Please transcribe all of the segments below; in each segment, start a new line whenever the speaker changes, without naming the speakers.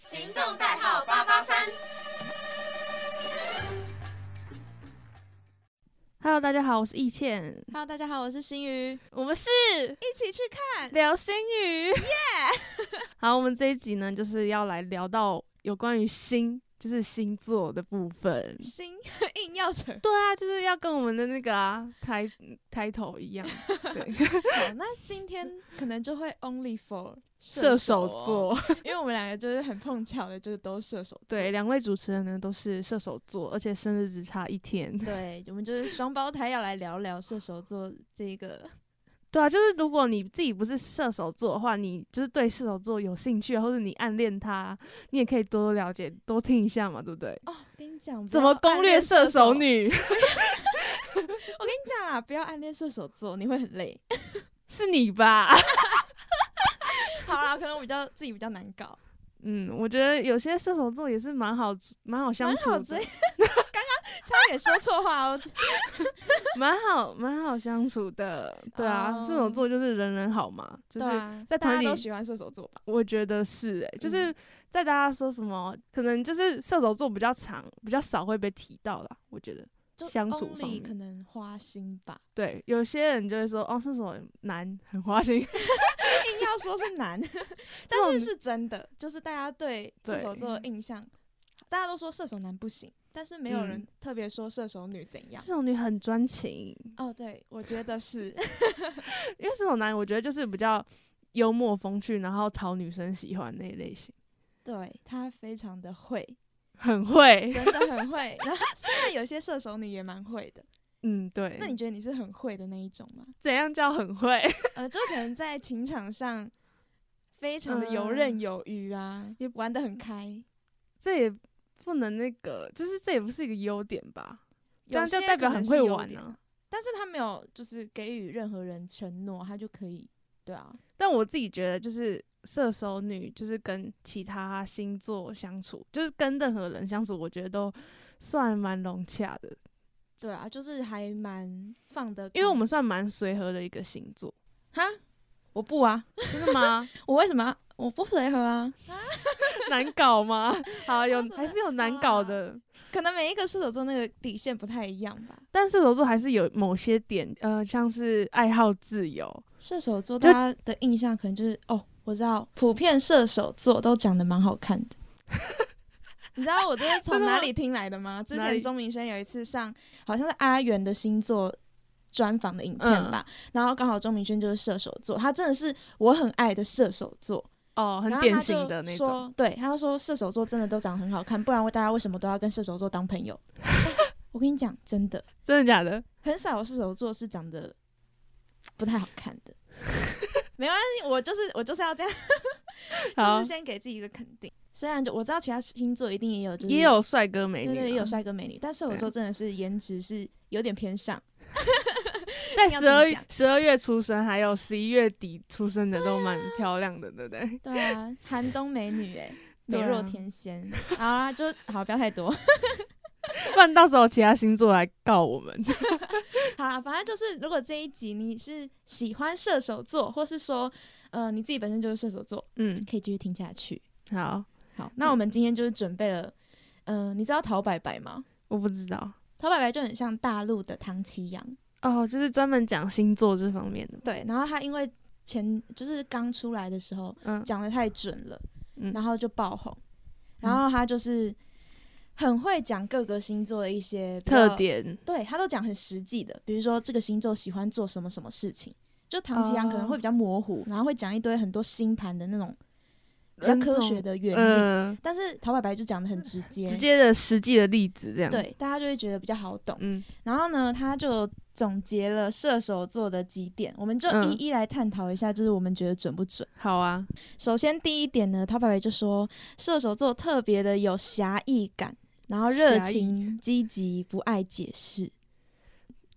行动代号八八三。
Hello，大家好，我是易倩，
Hello，大家好，我是心瑜，
我们是
一起去看。
聊心语，耶 好，我们这一集呢，就是要来聊到有关于星，就是星座的部分。
心 硬要扯。
对啊，就是要跟我们的那个啊抬抬头一样，对，
好，那今天可能就会 only for
射
手
手
哦，
座。
因为我们两个就是很碰巧的，就是都射手座。
对，两位主持人呢都是射手座，而且生日只差一天。
对，我们就是双胞胎要来聊聊射手座这个。
对啊，就是如果你自己不是射手座的话，你就是对射手座有兴趣，或者你暗恋他，你也可以多多了解，多听一下嘛，对不对？
哦，跟你讲，
怎么
不要
攻
暗
略
恋
射
射
手？女？
我跟你讲啦，不要暗恋射手座，你会很累。
是你吧？
好啦，可能我比较自己比较难搞，
嗯，我觉得有些射手座也是蛮好，蛮好相
蛮
处
好
的
追，。差点说错话 哦，
蛮好，蛮好相处的。对啊
哦
射手座就是人人好嘛，就
对
是
啊嗯
在团
大
里
家都喜欢射手座吧？
我觉得是、欸，就是在大家说什么，可能就是射手座比较长，比较少会被提到啦。我觉得
就
相处
only
方面
可能花心吧，
对，有些人就会说哦，射手男很花
硬
心，
要说是 男，但
种
是是真的，就是大家对射手座的印象，大家都说射手男不行，但是没有人
嗯
特别说射手女怎 样。
射手女很专情，
哦，对，我觉得是，
因为射手男我觉得就是比较幽默风趣，然后讨女生喜欢那一类型，
对他非常的会，
很会。
真的很 会。然后虽然有些射手女也蛮会的，
嗯，对。
那你觉得你是很会的那一种吗？
怎样叫很会？
呃，就可能在情场上非常的游刃有余啊，也玩得很开。
这也不能那个，就是这也不是一个优点吧？这
有
样就
些
代表
可能
很
是
会
优
玩
点
啊
啊。但是他没有就是给予任何人承诺，他就可以对啊，
但我自己觉得，就是射手女，就是跟其他星座相处，就是跟任何人相处，我觉得都算蛮融洽的，
对啊，就是还蛮放得开。
因为我们算蛮随和的一个星 座，
哈，我不啊，
真的吗？
我为什么要我不随和啊？
难搞吗？ 好，有
怎么
还是有难
啊
搞的，
可能每一个射手座那个底线不太一样吧。
但射手座还是有某些点，呃，像是爱好自由，
射手座
就
大家的印象可能就是哦，我知道，普遍射手座都长得蛮好看 的。你知道我这是
真
从
的吗
哪里听来的吗？之
哪里
前钟明轩有一次上好像是阿元的星座专访的影片吧，
嗯
然后刚好钟明轩就是射手座，他真的是我很爱的射手座，
哦，
然
很
后
典
他
型
就
的那种。
说。对，他就说射手座真的都长得很好看，不然大家为什么都要跟射手座当朋 友？我跟你讲，真的
真的假的？
很少有射手座是长得不太好看 的。没关系，我就是我就是要这样，
好
就是，先给自己一个肯定。虽然就我知道其他星座一定也有，就是
也有帅哥美
对
女啊、
对也有帅哥美女，但射手
对
座真的是颜值是有点偏上，
在
要
十
怎么
二
讲
十二月出生，还有十一月底出生的都蛮漂亮的，对不对？
对啊，寒冬美女哎、
对
美
啊
若天仙。好啦，就好，不要太多。
不然到时候其他星座来告我们。
好啦，反正就是，如果这一集你是喜欢射手座，或是说，呃，你自己本身就是射手座，
嗯，
可以继续听下去。
好，
好，
嗯
那我们今天就是准备了，嗯、你知道陶白白吗？
我不知道
陶白白就很像大陆的唐奇阳，
哦，就是专门讲星座这方面的。
对。然后他因为前就是刚出来的时候
嗯，
讲的太准了，
嗯
然后就爆红。然后他就是很会讲各个星座的一些比较
特，点
对他都讲很实际的，比如说这个星座喜欢做什么什么事情。就唐奇阳可能会比较模糊，然后会讲一堆很多星盘的那种比较科学，的原理，
嗯、
但是陶白白就讲的很直接，
直接的实际的例子这样。，
对大家就会觉得比较好懂。
嗯，
然后呢，他就总结了射手座的几点，我们就
嗯
一一来探讨一下，就是我们觉得准不准。
好啊，
首先第一点呢，他爸爸就说射手座特别的有侠义感，然后热
侠义
情、积极，不爱解释。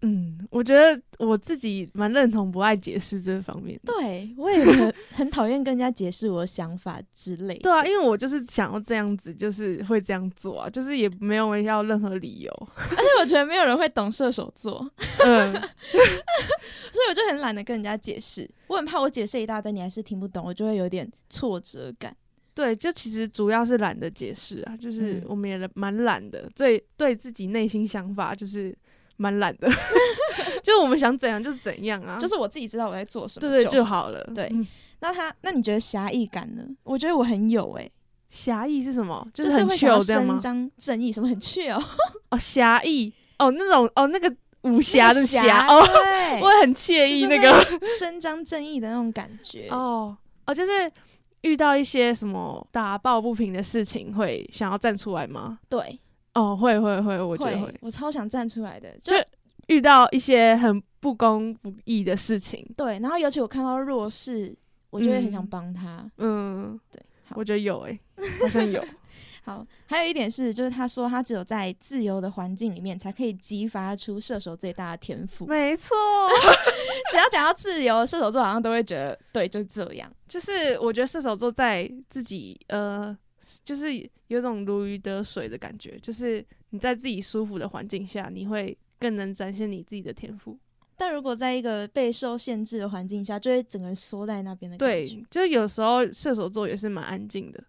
嗯，我觉得我自己蛮认同不爱解释这方面的。
对我也很很讨厌跟人家解释我的想法之类的。
对啊，因为我就是想要这样子，就是会这样做啊，就是也没有要任何理由。
而且我觉得没有人会懂射手座，
嗯，
所以我就很懒得跟人家解释。我很怕我解释一大堆，你还是听不懂，我就会有点挫折感。
对，就其实主要是懒得解释啊，就是
嗯
我们也蛮懒的，最对自己内心想法就是蛮懒的， 就是我们想怎样就怎样啊，
就是我自己知道我在做什么。
对对
就
就好了。
嗯对
嗯
那他，那你觉得侠义感呢？我觉得我很有诶、
侠义是什么？
就是
很
会想要
chill 这样
伸
吗？
张正义，什么很 chill，
哦，侠义哦，那种哦那个武 侠的侠
侠
哦，
对，
我也很惬意
就是
那个
伸张正义的那种感觉。
哦哦，就是遇到一些什么打抱不平的事情，会想要站出来吗？
对，
哦，会会会，我
我
觉得会。
我超想站出来的，就
就遇到一些很不公不义的事情，
对。然后尤其我看到弱势，我就会很想
嗯
帮他。
嗯，
对，好
我觉得有 诶、好像有，
好，还有一点是，就是他说他只有在自由的环境里面，才可以激发出射手最大的天赋。
没错，
只要讲到自由，射手座好像都会觉得，对，就是这样。
就是我觉得射手座在自己呃，就是有种如鱼得水的感觉，就是你在自己舒服的环境下，你会更能展现你自己的天赋。
但如果在一个备受限制的环境下，就会整个人缩在那边的感觉，
对，就是有时候射手座也是蛮安静的，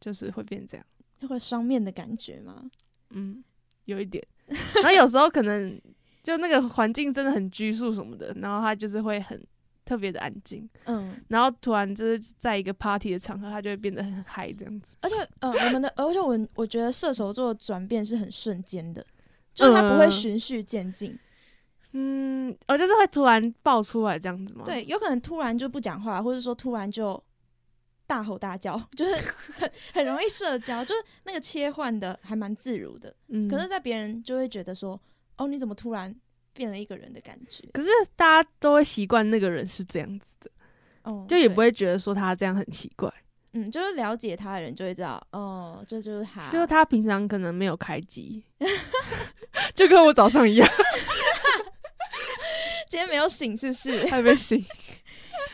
就是会变这样，
就会双面的感觉嘛。
嗯，有一点。然后有时候可能就那个环境真的很拘束什么的，然后他就是会很特别的安静。
嗯，
然后突然就是在一个 party 的场合，他就会变得很嗨这样子。
而且，呃，我们的，而且我我觉得射手座的转变是很瞬间的，就是他不会
嗯
循序渐进。
嗯，哦，就是会突然爆出来这样子吗？，
对，有可能突然就不讲话，或者说突然就大吼大叫， 就是很很容易社交，就是那个切换的还蛮自如的。
嗯。
可是，在别人就会觉得说，哦，你怎么突然变了一个人的感觉？
可是大家都会习惯那个人是这样子的，
哦，
就也
对
不，会觉得说他这样很奇怪，
嗯，就是了解他的人就会知道，哦，这就是他，
就是他平常可能没有开 机，就跟我早上一样
今天没有醒，是不 是？
还没醒。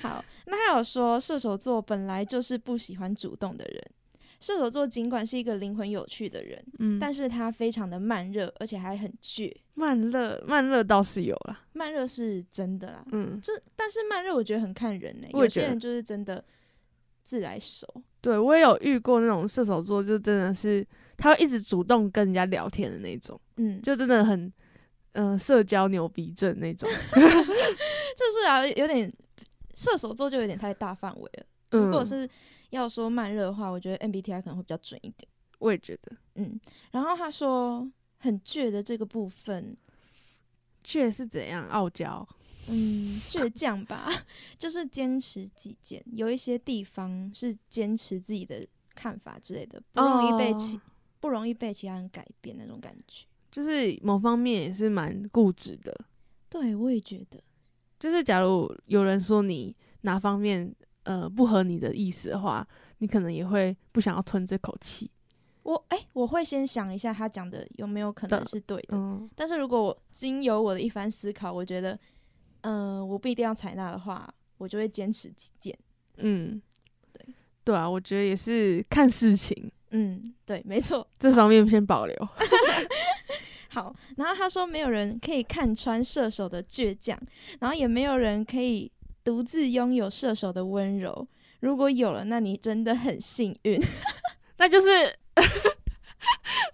好，那还有说，射手座本来就是不喜欢主动的人。射手座尽管是一个灵魂有趣的人，
嗯，
但是他非常的慢热，而且还很倔。
慢热慢热倒是有啦，
慢热是真的啦，
嗯，
就是但是慢热我觉得很看人呢、
我
有
也觉
些
得
人就是真的自来熟，
对我也有遇过那种射手座，就真的是他会一直主动跟人家聊天的那种，
嗯，
就真的很嗯、呃社交牛逼症那种。
就是啊，有点射手座就有点太大范围了。如果
嗯
是要说慢热的话，我觉得 MBTI 可能会比较准一点。
我也觉得
嗯，然后他说很倔的这个部分，
倔是怎样傲娇，
嗯，倔强吧，就是坚持己见，有一些地方是坚持自己的看法之类的，不容易被其、
哦
不容易被其他人改变那种感觉。
就是某方面也是蛮固执的。
对，我也觉得，
就是假如有人说你哪方面呃不合你的意思的话，你可能也会不想要吞这口气。
我哎、我会先想一下他讲的有没有可能
的
是对的，
嗯，
但是如果我经由我的一番思考，我觉得，嗯、我不一定要采纳的话，我就会坚持己见。
嗯，
对
对啊，我觉得也是看事情
嗯，对，没错。
这方面先保留。
好，然后他说没有人可以看穿射手的倔强，然后也没有人可以独自拥有射手的温柔。如果有了，那你真的很幸 运。
那就是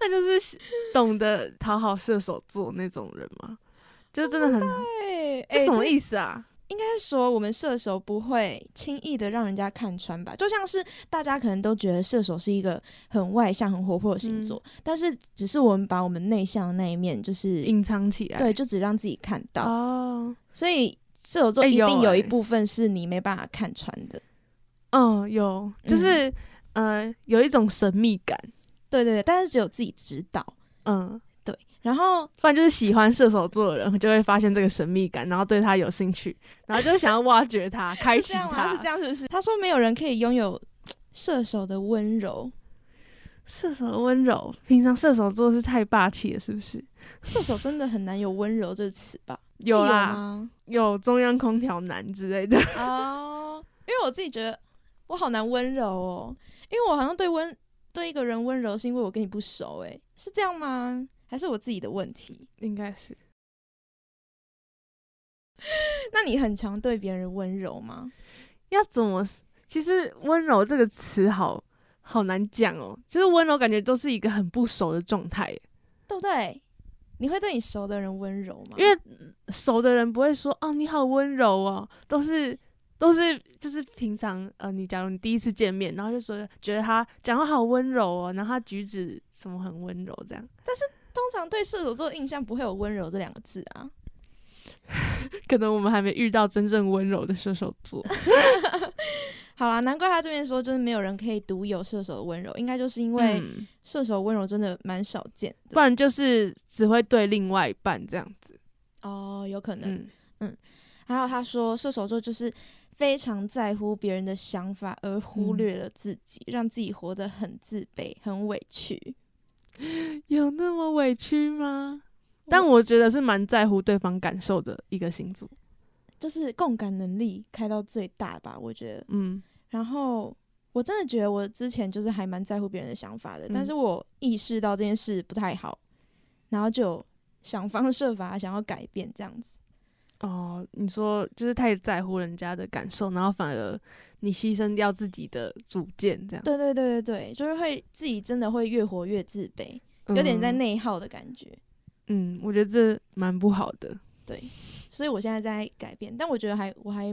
那就是懂得讨好射手座那种人吗？就真的很，
哦对，哎
这什么
思？
意思啊？
应该说我们射手不会轻易的让人家看穿吧？就像是大家可能都觉得射手是一个很外向、很活泼的星座，
嗯
但是只是我们把我们内向的那一面，就是
隐藏起来。
对，就只让自己看到，
哦，
所以。射手座
哎
一
有
定有一
哎
部分是你没办法看穿的，
嗯，有，就是、
嗯
呃，有一种神秘感，
对对对，但是只有自己知道。
嗯，
然后
不然就是喜欢射手座的人就会发现这个神秘感，然后对他有兴趣，然后就会想要挖掘他，开启
这样吗？
他
哎是这。样是不是？他说没有人可以拥有射手的温柔，
射手的温柔，平常射手座是太霸气了，是不是？
射手真的很难有温柔这个词吧？
有
会
啦，
吗？
有中央空调男之类的。
哦，因为我自己觉得我好难温柔哦，因为我好像对温对一个人温柔是因为我跟你不熟，诶，是这样吗？还是我自己的问题？
应该是
那你很常对别人温柔吗？
要怎么？其实“温柔”这个词好好难讲哦，就是温柔感觉都是一个很不熟的状态耶，
对不对？你会对你熟的人温柔吗？
因为熟的人不会说啊你好温柔哦，都是都是就是平常呃，你假如你第一次见面，然后就说觉得他讲话好温柔哦，然后他举止什么很温柔这样，
通常对射手座印象不会有温柔这两个字啊。
可能我们还没遇到真正温柔的射手 座。
好啦，难怪他这边说就是没有人可以独有射手的温柔，应该就是因为
嗯
射手温柔真的蛮少见
不
的。
然就是只会对另外一半这样子。
哦，有可能。
嗯，
还有他说射手座就是非常在乎别人的想法，而忽
嗯
略了自己，让自己活得很自卑、很委屈。
有那么委屈吗？嗯但我觉得是蛮在乎对方感受的一个星座。
就是共感能力开到最大吧，我觉得。
嗯，
然后我真的觉得我之前就是还蛮在乎别人的想法的，
嗯
但是我意识到这件事不太好，然后就想方设法想要改变这样子。
哦，你说就是太在乎人家的感受，然后反而你牺牲掉自己的主见，这样
对对对对对，就是会自己真的会越活越自卑，有点在。内耗的感觉。
嗯嗯，嗯我觉得这蛮不好的。
所以我现在在改变，但我觉得还我还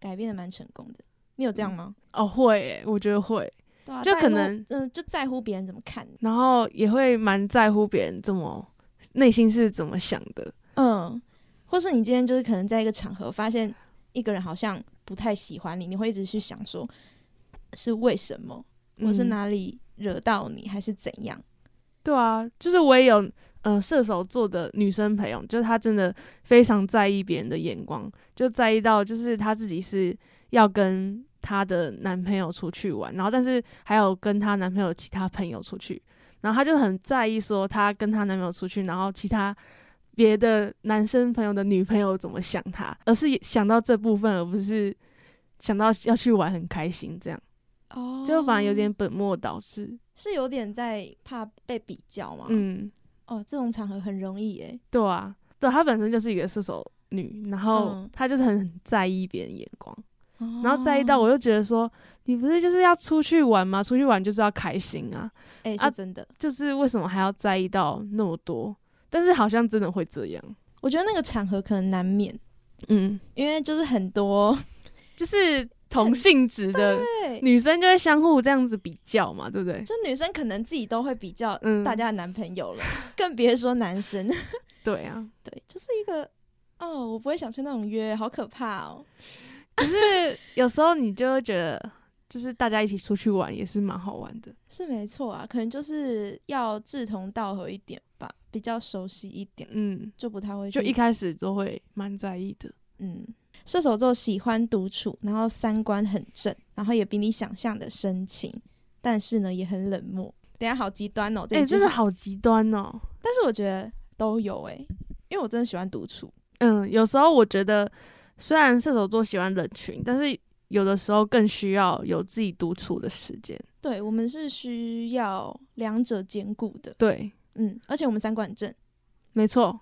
改变的蛮成功的。你有这样吗？
哦，会耶，我觉得会，
对啊
就
在
可
乎
能
嗯、就在乎别人怎么看你。
然后也会蛮在乎别人怎么内心是怎么想的。
嗯，或是你今天就是可能在一个场合发现一个人好像不太喜欢你，你会一直去想说是为什么，我是
嗯
哪里惹到你，还是怎样？
对啊，就是我也有呃射手座的女生朋友，就是她真的非常在意别人的眼光，就在意到就是她自己是要跟她的男朋友出去玩，然后但是还有跟她男朋友其他朋友出去，然后她就很在意说她跟她男朋友出去，然后其他。别的男生朋友的女朋友怎么想她，而是想到这部分，而不是想到要去玩很开心，这样
哦
就反而有点本末倒置。
是有点在怕被比较嘛。，
嗯，
哦，这种场合很容易诶、
对啊，对，她本身就是一个射手女，然后
嗯
她就是很在意别人眼光，
哦
然后在意到我，就觉得说，你不是就是要出去玩吗？出去玩就是要开心啊，
哎、
啊
是真的。
就是为什么还要在意到那么多？但是好像真的会这样，
我觉得那个场合可能难免，
嗯，
因为就是很多
就是同性质的
对，
女生就会相互这样子比较嘛，对不对？
就女生可能自己都会比较
嗯
大家的男朋友了， 更别说男生。
对啊，
对，就是一个哦，我不会想去那种约，好可怕哦。
可是有时候你就会觉得，就是大家一起出去玩也是蛮好玩的，
是没错啊，可能就是要志同道合一点吧，比较熟悉一点，
嗯，
就不太会
就
去
一开始都会蛮在意的。
嗯。射手座喜欢独处，然后三观很正，然后也比你想象的深情，但是呢也很冷漠。等一下好极端哦，这
哎、
一句
真的
话
好极端哦。
但是我觉得都有诶、因为我真的喜欢独处。
嗯，有时候我觉得，虽然射手座喜欢人群，但是有的时候更需要有自己独处的时间。
对，我们是需要两者兼顾的。
对，
嗯，而且我们三观很正，
没错，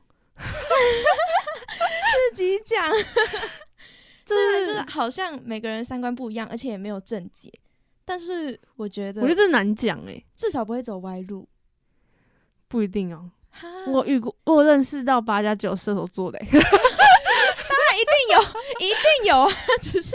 自己讲，
这
虽然
是
就是好像每个人三观不一样，而且也没有正解，但是我觉得，
我觉得这难讲哎、
至少不会走歪路。
不一定哦。
哈，
我遇过，我有认识到八加九射手 座的、欸，
一定 有啊，只是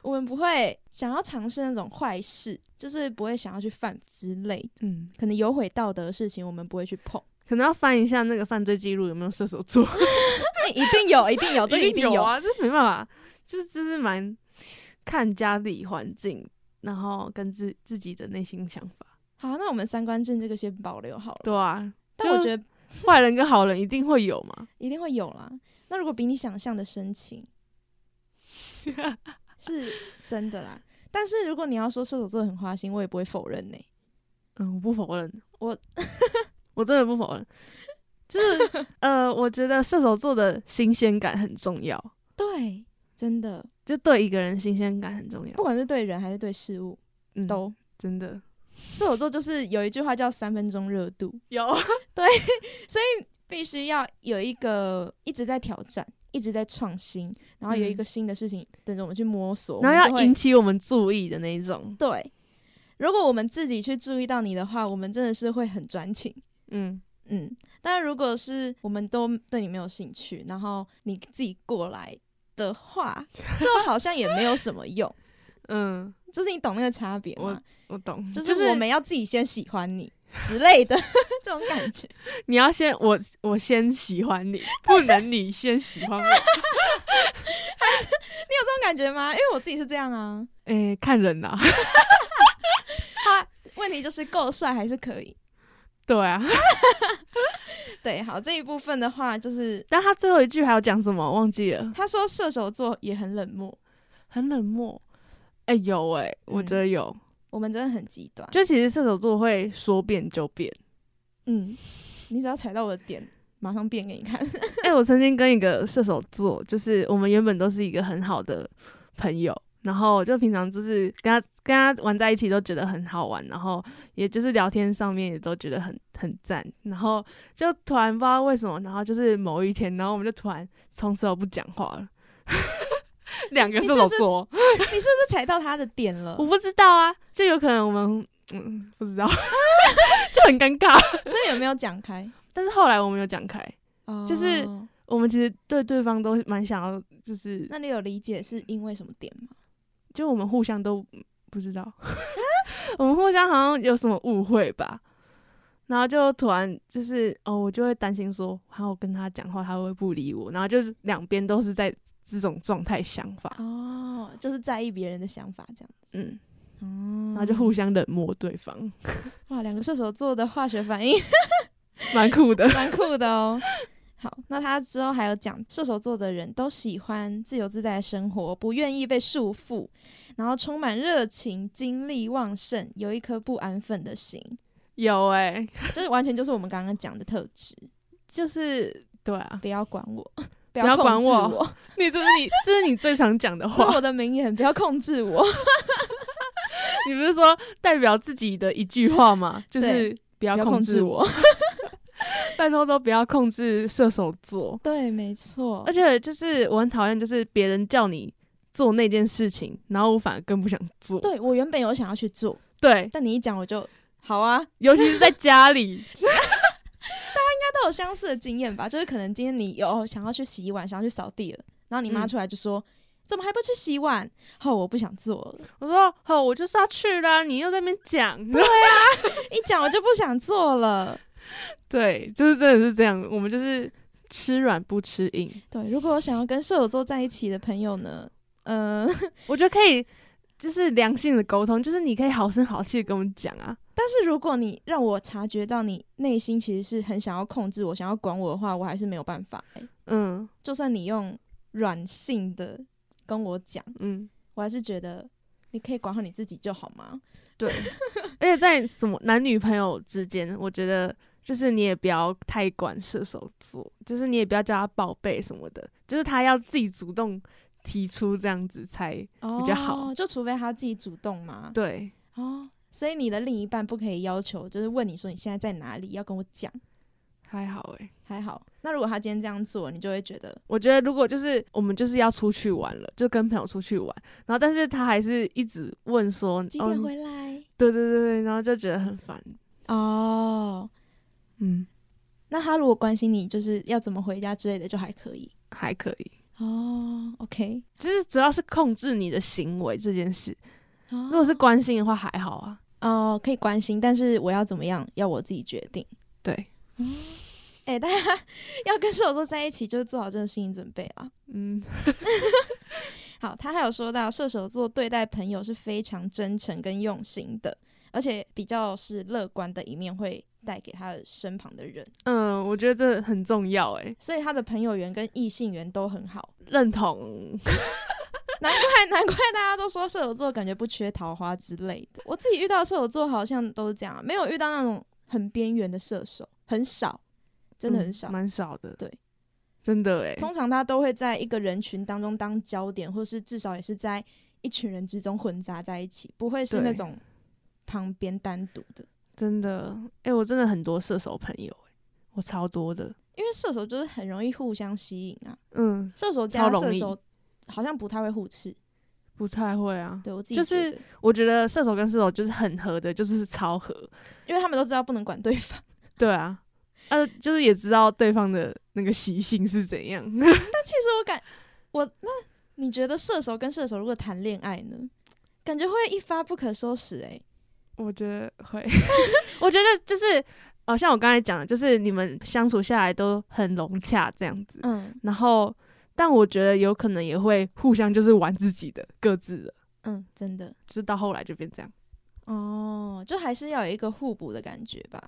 我们不会想要尝试那种坏事，就是不会想要去犯之类的，
嗯，
可能有毁道德的事情，我们不会去碰。
可能要翻一下那个犯罪记录有没有射手座，
那哎一定有，一定哦有，这个一定
有啊，这没办法，就是这是蛮看家里环境，然后跟自自己的内心想法。
好，那我们三观正这个先保留好了。
对啊，
但我
就
觉得
坏人跟好人一定会有 嘛。
一定会有啦。那如果比你想象的深情，是真的啦。但是如果你要说射手座很花心，我也不会否认呢、
嗯，我不否认，
我
我真的不否认，就是呃，我觉得射手座的新鲜感很重要，
对，真的，
就对一个人新鲜感很重要
不，管是对人还是对事物，
嗯，
都、
真的
射手座就是有一句话叫“三分钟热度
有，”，
必须要有一个一直在挑战。一直在创新，然后有一
嗯
个新的事情等着我们去摸索，
然后
我
要
们就会
引起我们注意的那一种，
对，如果我们自己去注意到你的话，我们真的是会很专情。
嗯，
嗯，但如果是我们都对你没有兴趣，然后你自己过来的 话，就好像也没有什么用，
嗯，
就是你懂那个差别吗？
我懂，
就
就是
我们要自己先喜欢你之类的 这种感觉。
你要先我我先喜欢你，不能你先喜欢 我。
这种感觉吗？因为我自己是这样啊。
诶、看人呐、
问题就是够帅还是可以？
对啊，
对，好这一部分的话，就是
但他最后一句还要讲什么忘记了，
他说射手座也很冷漠，
很冷漠。哎、有哎、
嗯
我觉得有，
我们真的很极端。
就其实射手座会说变就变。
嗯，你只要踩到我的点，马上变给你看。
哎、我曾经跟一个射手座，就是我们原本都是一个很好的朋友，然后就平常就是跟他跟他玩在一起都觉得很好玩，然后也就是聊天上面也都觉得很很赞，然后就突然不知道为什么，然后就是某一天，然后我们就突然从此都不讲话了。 两个射手座，
你是不是踩到他的点了？
我不知道啊，就有可能我们嗯不知道， 就很尴尬。
所以有没有讲开？
但是后来我们有讲开，就是
哦
我们其实对对方都蛮想要，就是
那你有理解是因为什么点吗？
就我们互相都不知道， 我们互相好像有什么误会吧。然后就突然就是哦，我就会担心说，还有跟他讲话，他会不会不理我？然后就是两边都是在这种状态想法，
哦，就是在意别人的想法这样。
嗯，
哦
然后就互相冷漠对方，
哇，两个射手座的化学反应
蛮酷的。
蛮酷的哦。好，那他之后还有讲，射手座的人都喜欢自由自在的生活，不愿意被束缚，然后充满热情，精力旺盛，有一颗不安分的心，
有哎、
这完全就是我们刚刚讲的特质。
就是对啊，
不要管我， 不
要
控
管
制
我
我
你这是你这是你最常讲的
这是
话，
我的名言，不要控制我。
你不是说代表自己的一句话吗？就是不要
不要控
控
制
制我， 拜托都不要控制射手座。
对，没错
而。且就是我很讨厌，就是别人叫你做那件事情，然后我反而更不想做。
对我原本有想要去做，
对，
但你一讲我就好啊，应
尤其是在家里，
该都有相似的经验吧？就是可能今天你有哦想要去洗碗，想要去扫地了，然后你妈
嗯
出来就说：“怎么还不去洗碗？”哦，我不想做了，
我说哦，我就是要去啦，你又在那边讲。
一讲我就不想做了。
对，就是真的是这样，我们就是吃软不吃硬。
对，如果我想要跟射手座在一起的朋友呢，嗯、
我觉得可以，就是良性的沟通，就是你可以好声好气的跟我们讲啊。
但是如果你让我察觉到你内心其实是很想要控制我、想要管我的话，我还是没有办法、欸。
嗯
就算你用软性的跟我讲，
嗯，
我还是觉得你可以管好你自己就好吗？
对，而且在什么男女朋友之间，我觉得就是你也不要太管射手座，就是你也不要叫他宝贝什么的，就是他要自己主动提出这样子才
比
较好
哦就除非他自己主动嘛。
对。
哦，所以你的另一半不可以要求，就是问你说你现在在哪里，要跟我讲。
还好诶、
还好，那如果他今天这样做，你就会觉得
我觉得如果就是我们就是要出去玩了，就跟朋友出去玩，然后但是他还是一直问说，
几
哦
点
你
回来？
对对对对，然后就觉得很烦，
哦，
嗯，
那他如果关心你，就是要怎么回家之类的，就还可以。
还可以，
哦，OK，
就是主要是控制你的行为这件事，
哦
如果是关心的话还好啊，
哦，可以关心，但是我要怎么样，要我自己决定。
对，
哎、大家 要跟射手座在一起，就是做好这个心理准备啊。
嗯
好，他还有说到射手座对待朋友是非常真诚跟用心的，而且比较是乐观的一面会带给他的身旁的人，
嗯，我觉得这很重要诶、
所以他的朋友缘跟异性缘都很好。
认同。
难怪难怪大家都说射手座感觉不缺桃花之类的。我自己遇到的射手座好像都是这样啊，没有遇到那种很边缘的射手，很少，真的很
嗯
少。
蛮、少的，
对，
真的哎、
通常他都会在一个人群当中当焦点，或是至少也是在一群人之中混杂在一起，不会是
对
那种旁边单独的。
真的哎、我真的很多射手朋友、欸，我超多的，
因为射手就是很容易互相吸引啊，
嗯，
射手加
超容
射
易
手好像不太会互斥，
不太会啊。
对我自己
就是
觉得
我觉得射手跟射手就是很合的，就是超合。
因为他们都知道不能管对方，
对啊，呃，就是也知道对方的那个习性是怎样。
但其实我感我那你觉得射手跟射手如果谈恋爱呢，感觉会一发不可收拾哎、
我觉得会， 我觉得就是，呃，像我刚才讲的，就是你们相处下来都很融洽这样子。
嗯
然后，但我觉得有可能也会互相就是玩自己的各自的，
嗯，真的
就是到后来就变这样。
哦，就还是要有一个互补的感觉吧。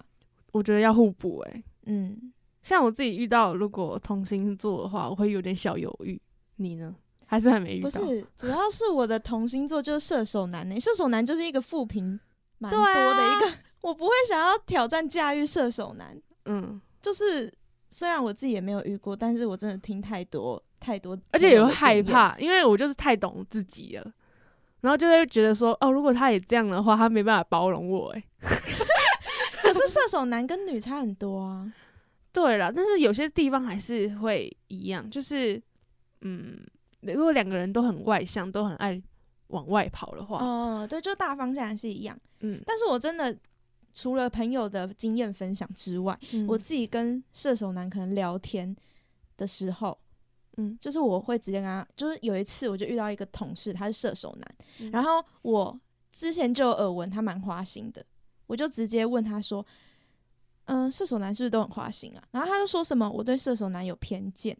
我觉得要互补诶、
嗯，
像我自己遇到如果同星座的话，我会有点小犹豫。你呢？还是还没遇
不
到？
是，主要是我的同星座就是射手男诶、射手男就是一个负评蛮
对
多
啊
的一个， 我不会想要挑战驾驭射手男，
嗯，
就是虽然我自己也没有遇过，但是我真的听太多太多，
而且也会害。怕，因为我就是太懂自己了，然后就会觉得说，哦，如果他也这样的话，他没办法包容我、欸。
可是射手男跟女差很多啊，
对了，但是有些地方还是会一样，就是嗯，如果两个人都很外向，都很爱往外跑的话，
哦，对，就大方向还是一样。
嗯，
但是我真的除了朋友的经验分享之外，我
我
自己跟射手男可能聊天的时候，
嗯
就是我会直接跟他，就是有一次我就遇到一个同事，他是射手男，
嗯
然后我之前就有耳闻他蛮花心的，我就直接问他说：“嗯、射手男是不是都很花心啊？”然后他就说什么我对射手男有偏见，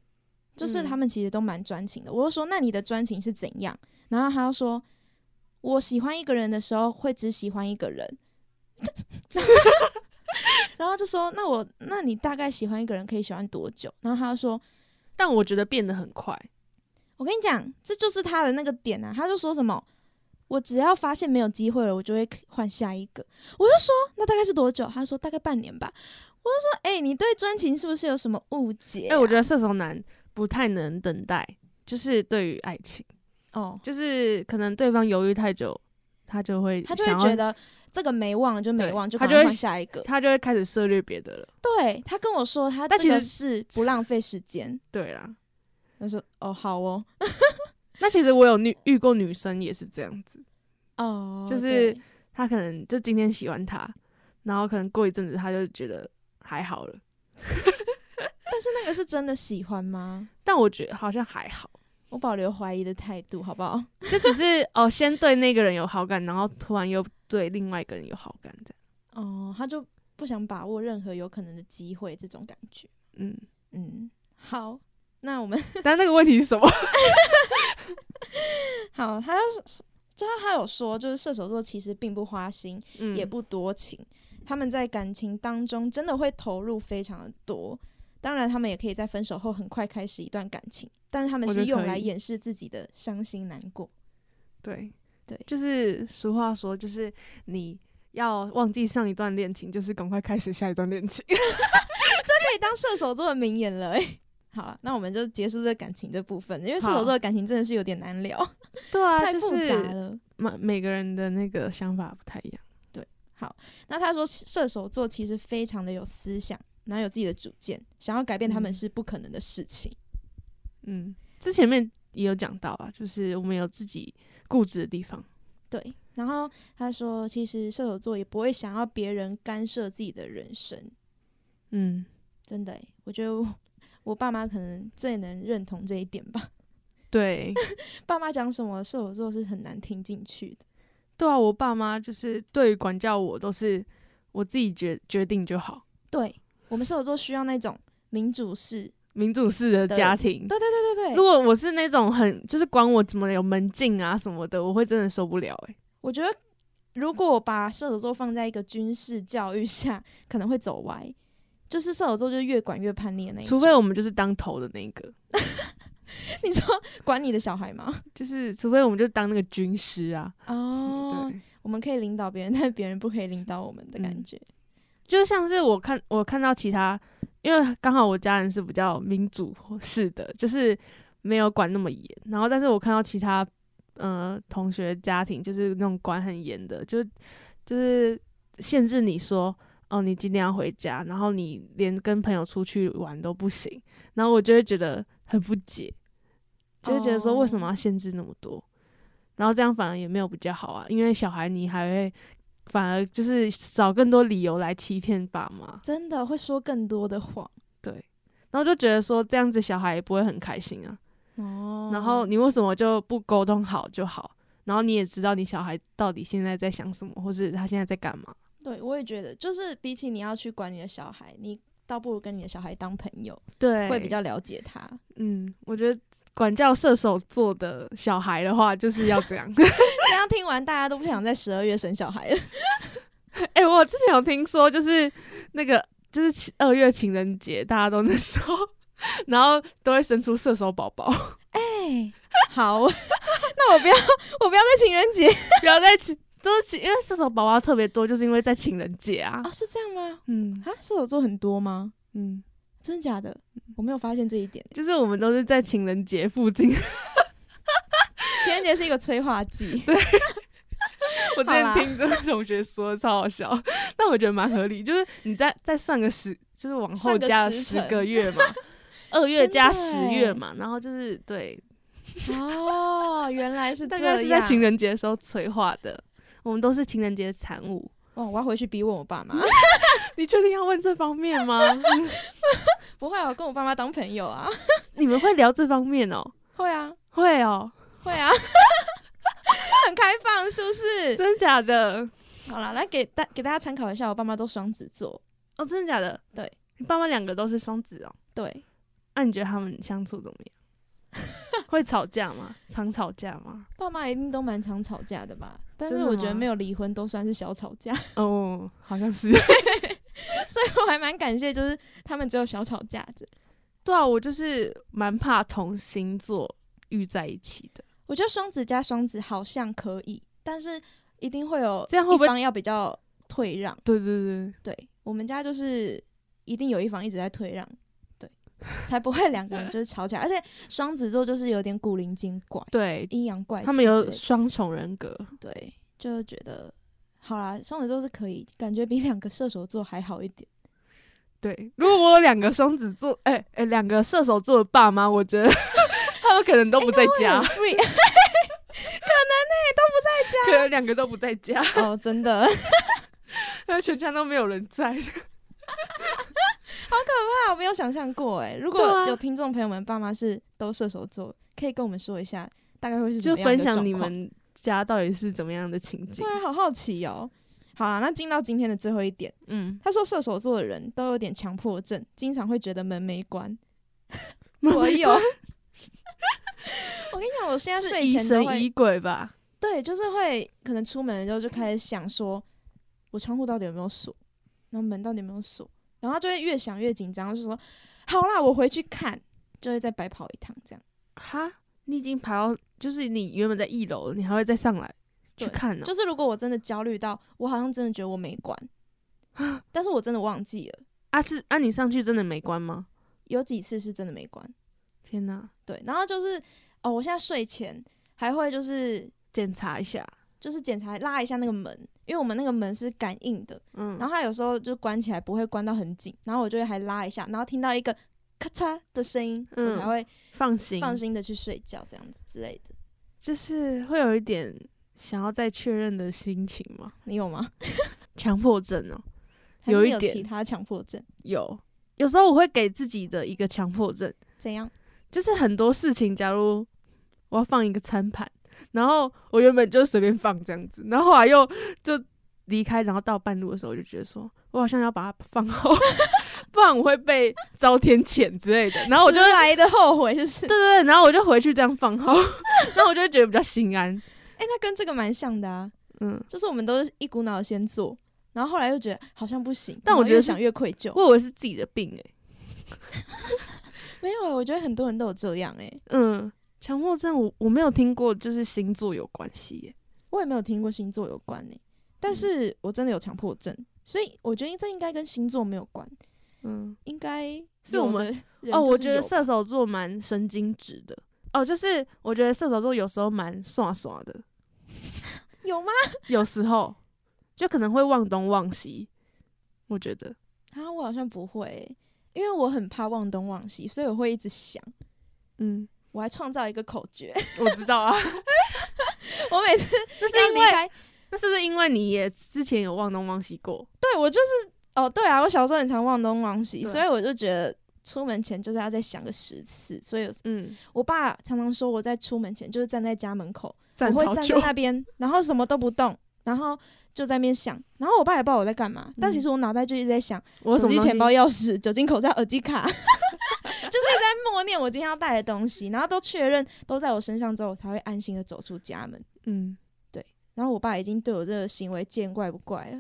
就是
嗯
他们其实都蛮专情的。我就说：“那你的专情是怎样？”然后他就说：“我喜欢一个人的时候会只喜欢一个人。” 然后就说：“那我，那你大概喜欢一个人可以喜欢多久？”然后他就说：“
但我觉得变得很快，
我跟你讲，这就是他的那个点啊，他就说什么，我只要发现没有机会了，我就会换下一个。我就说，那大概是多久？他说大概半年吧。我就说，哎、你对专情是不是有什么误解、
哎、
啊？
我觉得射手男不太能等待，就是对于爱情，
得哦，
就是可能对方犹豫太久，他就会
他就会
想要
觉得这个没望就没
对
望，就
他
赶
就
快
会
换下一个。
他就会开始涉猎别的了。
对他跟我说，他
但
这个
其
是不浪费时间。
对啦，
他说，哦，好哦，
那其实我有遇遇过女生也是这样子，
哦，
就是
对
她可能就今天喜欢他，然后可能过一阵子她就觉得还好了，
但是那个是真的喜欢吗？
但我觉得好像还好，
我保留怀疑的态度，好不好？
就 只是哦先对那个人有好感，然后突然又对另外一个人有好感这样。
哦，他就不想把握任何有可能的机会，这种感觉。
嗯，
嗯，好，那我们
但那个问题是什么？
好，他就是就他还有说，就是射手座其实并不花心，
嗯
也不多情，他们在感情当中真的会投入非常的多。当然，他们也可以在分手后很快开始一段感情，但是他们
我觉
是
得可
用来
以
掩饰自己的伤心难过。
对
对
就是俗话说，就是你要忘记上一段恋情，就是赶快开始下一段恋情。
可以当射手座的名言了、欸。 好了，那我们就结束这感情这部分，因为射手
好
座的感情真的是有点难聊，
对 啊，
太
就
复杂
是
了。
每每个人的那个想法不太一样。
那他说射手座其实非常的有思想，然后有自己的主见，想要改变他们
嗯
是不可能的事情。
嗯，之前面也有讲到啊，就是我们有自己固执的地方。
对，然后他说其实射手座也不会想要别人干涉自己的人生，
嗯，
真的欸、我觉得我 我爸妈可能最能认同这一点吧。
对，
爸妈讲什么射手座是很难听进去的。
对啊，我爸妈就是对于管教我都是我自己决决定就好，
对我们射手座需要那种民主式，
民主式的家庭。
对对对对对，
如果我是那种很就是管我怎么有门禁啊什么的，我会真的受不了欸诶、
我觉得如果我把射手座放在一个军事教育下，可能会走歪。就是射手座就越管越叛逆的那一种，
除非我们就是当头的那个，
你说管你的小孩吗？
就是除非我们就当那个军师啊。
哦，嗯
对，
我们可以领导别人，但别人不可以领导我们的感觉。
就像是我看我看到其他，因为刚好我家人是比较民主式的，就是没有管那么严。然后，但是我看到其他呃同学家庭就是那种管很严的，就就是限制你说哦，你今天要回家，然后你连跟朋友出去玩都不行。然后我就会觉得很不解，就会觉得说
哦
为什么要限制那么多？然后这样反而也没有比较好啊，因为小孩你还会反而就是找更多理由来欺骗爸妈，
真的会说更多的谎
然后就觉得说这样子小孩也不会很开心啊。
哦。
然后你为什么就不沟通好就好？然后你也知道你小孩到底现在在想什么，或是他现在在干嘛。
对我也觉得，就是比起你要去管你的小孩，你倒不如跟你的小孩当朋友，
对
会比较了解他。
嗯，我觉得管教射手座的小孩的话就是要这样。
这样听完，大家都不想在十二月生小孩了。
哎、我之前有听说，就是那个就是情二月情人节，大家都那时候， 然后都会生出射手宝 宝，
哎， 好，那我不要， 我不要在情人节
不要在情都是情，因为射手宝宝特别多，就是因为在情人节啊
啊、。是这样吗？
嗯
啊，射手座很多吗？
嗯，
真的假的？我没有发现这一点。
就是我们都是在情人节附近。
情人节是一个催化剂，
我之前听跟同学说超好笑，但我觉得蛮合理，就是你再再算个十，就是往后
算个
加
时
十
辰
个月嘛， 二月加
真
十
的欸
月嘛，然后就是对，
哦，原来是
大
这
概
样。
是在情人节的时候催化的。我们都是情人节的产物。
哇，我要回去逼问我爸 妈。
你确定要问这方面吗？
不会啊，我跟我爸妈当朋友啊。
你们会聊这方面哦？
会啊，
会哦，
会 啊，很开放，是不是？
真假的？
好啦，来给大给大家参考一下，我爸妈都双子座，
哦，真的假的？
对，
你爸妈两个都是双子哦。
对，
那、你觉得他们相处怎么样？ 会吵架吗？常吵架吗？
爸妈一定都蛮常吵架的吧？但
真
是
的
我觉得
吗
没有离婚都算是小吵架，
哦，好像是。
所以我还蛮感谢，就是他们只有小吵架的。
对啊，我就是蛮怕同星座遇在一起的。
我觉得双子加双子好像可以，但是一定会有
这样会不会
一方要比较退让？
对对对，
对我们家就是一定有一方一直在退让，对，才不会两个人就是吵起来。而且双子座就是有点古灵精怪、
对
阴阳怪气之类的，
他们有双重人格。
对，就觉得好啦，双子座是可以，感觉比两个射手座还好一点。
对，如果我有两个双子座，哎、哎、两个射手座的爸妈，我 觉得哎他们可能都不在家，
哦很 free
可能两个都不在 家，
哦，真的
那全家都没有人在。
哇，啊我没有想象过哎。如果
对啊
有听众朋友们爸妈是都射手座，可以跟我们说一下，大概会是怎
就
么样的
分享
状
你
况
们家到底是怎么样的情景
突。然好好奇哦。好啦，那进到今天的最后一点，
嗯，
他说射手座的人都有点强迫症，经常会觉得门没 关。
我
我 有，我跟你讲，我现在
是
睡
疑
前都
神
会
疑鬼吧？
对，就是会可能出门的时候就开始想说，我窗户到底有没有锁，然后门到底有没有锁，然后他就会越想越紧张，就说好啦，我回去看，就会再白跑一趟这样。
哈，你已经爬到，就是你原本在一楼，你还会再上来去
对
看哦呢、
就是如果我真的焦虑到我好像真的觉得我没 关，但是我真的忘记了，
啊是啊，你上去真的没关吗？
有几次是真的没关。
天哪，
对，然后就是哦，我现在睡前还会就是
检查一下。
就是检查拉一下那个门，因为我们那个门是感应的，
嗯，
然后它有时候就关起来不会关到很紧，然后我就会还拉一下，然后听到一个咔嚓的声音，
嗯
我才会
放心，
放心的去睡觉这样子之类的。
就是会有一点想要再确认的心情嘛，
你有吗？
强迫症哦、
还是
有
你
一
有
点
其他强迫症，
有。有时候我会给自己的一个强迫症，
怎样？
就是很多事情，假如我要放一个餐盘，然后我原本就随便放这样子，然后后来又就离开，然后到半路的时候，我就觉得说我好像要把它放好， 不然我会被遭天谴之类的。然后我就
迟
会
来的后悔，就是
对对对，然后我就回去这样放好， 然后我就会觉得比较心安。
哎、那跟这个蛮像的啊，
嗯，
就是我们都是一股脑地先做，然后后来又觉得好像不行，
但
然
我
后
觉
越
得是
想越愧疚。
我以为是自己的病诶、欸
没有欸，我觉得很多人都有这样哎、
嗯，强迫症我我没有听过，就是星座有关系耶、
我也没有听过星座有关呢、
嗯
但是我真的有强迫症，所以我觉得这应该跟星座没有关，
嗯，
应该
是
有
我
的
们
人
哦，
就
我
是
觉
有
得射手座蛮神经质的。哦，就是我觉得射手座有时候蛮耍耍的，
有吗？
有时候就可能会忘东忘西。我觉得
啊，我好像不会欸、因为我很怕忘东忘西，所以我会一直想。
嗯，
我还创造一个口诀，
我知道啊，
我每次要
那是因
离
为
开
那是不是因为你也之前有忘东忘西过？
对我就是哦，对啊，我小时候很常忘东忘西，
对
所以我就觉得出门前就是要再想个十次。所以
嗯，
我爸常常说，我在出门前就是站在家门口，
站
我会
超
站在
久，
那边，然后什么都不动，然后就在那边想。然后我爸也不知道我在干嘛，但
嗯
其实我脑袋就一直在想，
我有什
手
么
机、
东西
钱包、钥匙、酒精口罩、耳机卡， 就是一直在默念我今天要带的东西，然后都确认都在我身上之后，我才会安心的走出家门。
嗯，
然后我爸已经对我这个行为见怪不怪了。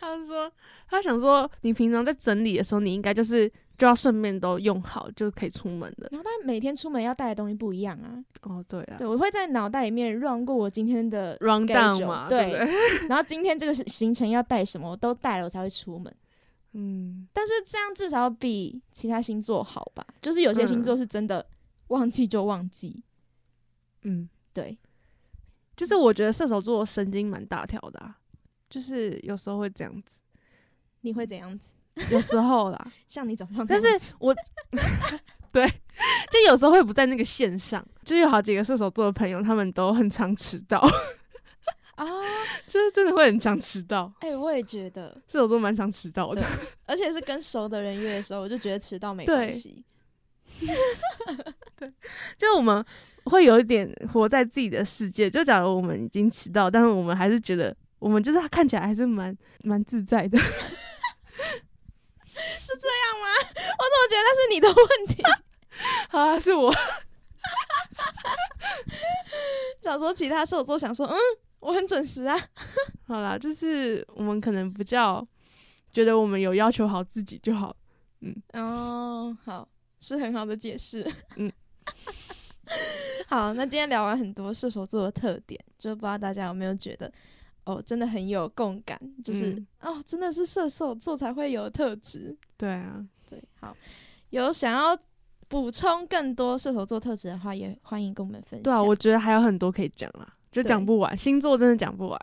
他说他想说你平常在整理的时候，你应该就是就要顺便都用好，就可以出门的。
然后他每天出门要带的东西不一样啊，
哦，对啊
对我会在脑袋里面 run 过我今天的
，round down
schedule，
嘛，对不
对，
对？
然后今天这个行程要带什么我都带了，我才会出门。
嗯，
但是这样至少比其他星座好吧？就是有些
嗯
星座是真的忘记就忘记，
嗯，
对，
就是我觉得射手座神经蛮大条的、啊，就是有时候会这样子，
你会怎样子？
有时候 啦，
像你早上这
但
样
是
子，
我对，就有时候会不在那个线上，就有好几个射手座的朋友，他们都很常迟到，
啊，
就是真的会很常迟到。
哎、我也觉 得，
射手座蛮常迟到的，
而且是跟熟的人约的时候，我就觉得迟到没
对
关系。
就我们会有一点活在自己的世界。就假如我们已经迟到，但是我们还是觉得我们就是看起来还是蛮蛮自在的。
我怎么觉得那是你的问题？
啊，是我
想说其他射手座想说，嗯，我很准时啊。
好啦，就是我们可能比较觉得我们有要求好自己就好。
哦，好，是很好的解释。
嗯，
好，那今天聊完很多射手座的特点，就不知道大家有没有觉得，哦，真的很有共感，就是、
嗯
哦，真的是射手座才会有的特质。
对啊，
对，好，有想要补充更多射手座特质的话，也欢迎跟我们分享。
对啊，我觉得还有很多可以讲啦，就
对
讲不完，星座真的讲 不完。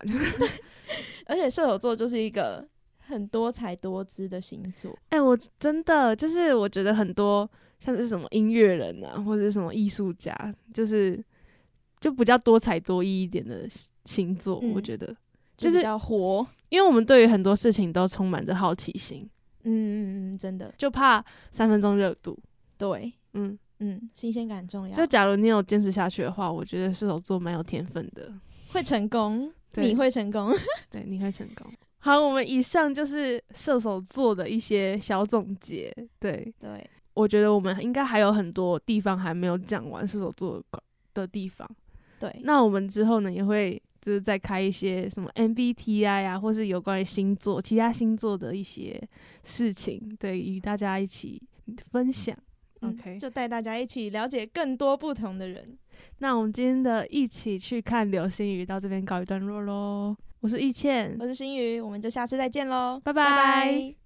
而且射手座就是一个很多才多姿的星座。
哎、我真的就是我觉得很多像是什么音乐人啊，或者是什么艺术家，就是就比较多才多艺一点的星座，我
嗯
觉得，
就
就是
比较活，
因为我们对于很多事情都充满着好奇心，
嗯嗯嗯，真的
就怕三分钟热度。
对，
嗯，
嗯，新鲜感很重要，
就假如你有坚持下去的话，我觉得射手座蛮有天分的，
会成功，
对
你会成 功。
对，你会成功。好，我们以上就是射手座的一些小总结。对，
对，
我觉得我们应该还有很多地方还没有讲完射手座的关的地方。
对，
那我们之后呢，也会就是再开一些什么 MBTI 啊，或是有关于星座、其他星座的一些事情，对，与大家一起分享。
嗯
OK
就带大家一起了解更多不同的人。
那我们今天的一起去看流星雨到这边告一段落喽。我是易倩，
我是心宇，我们就下次再见喽，
拜
拜
拜
拜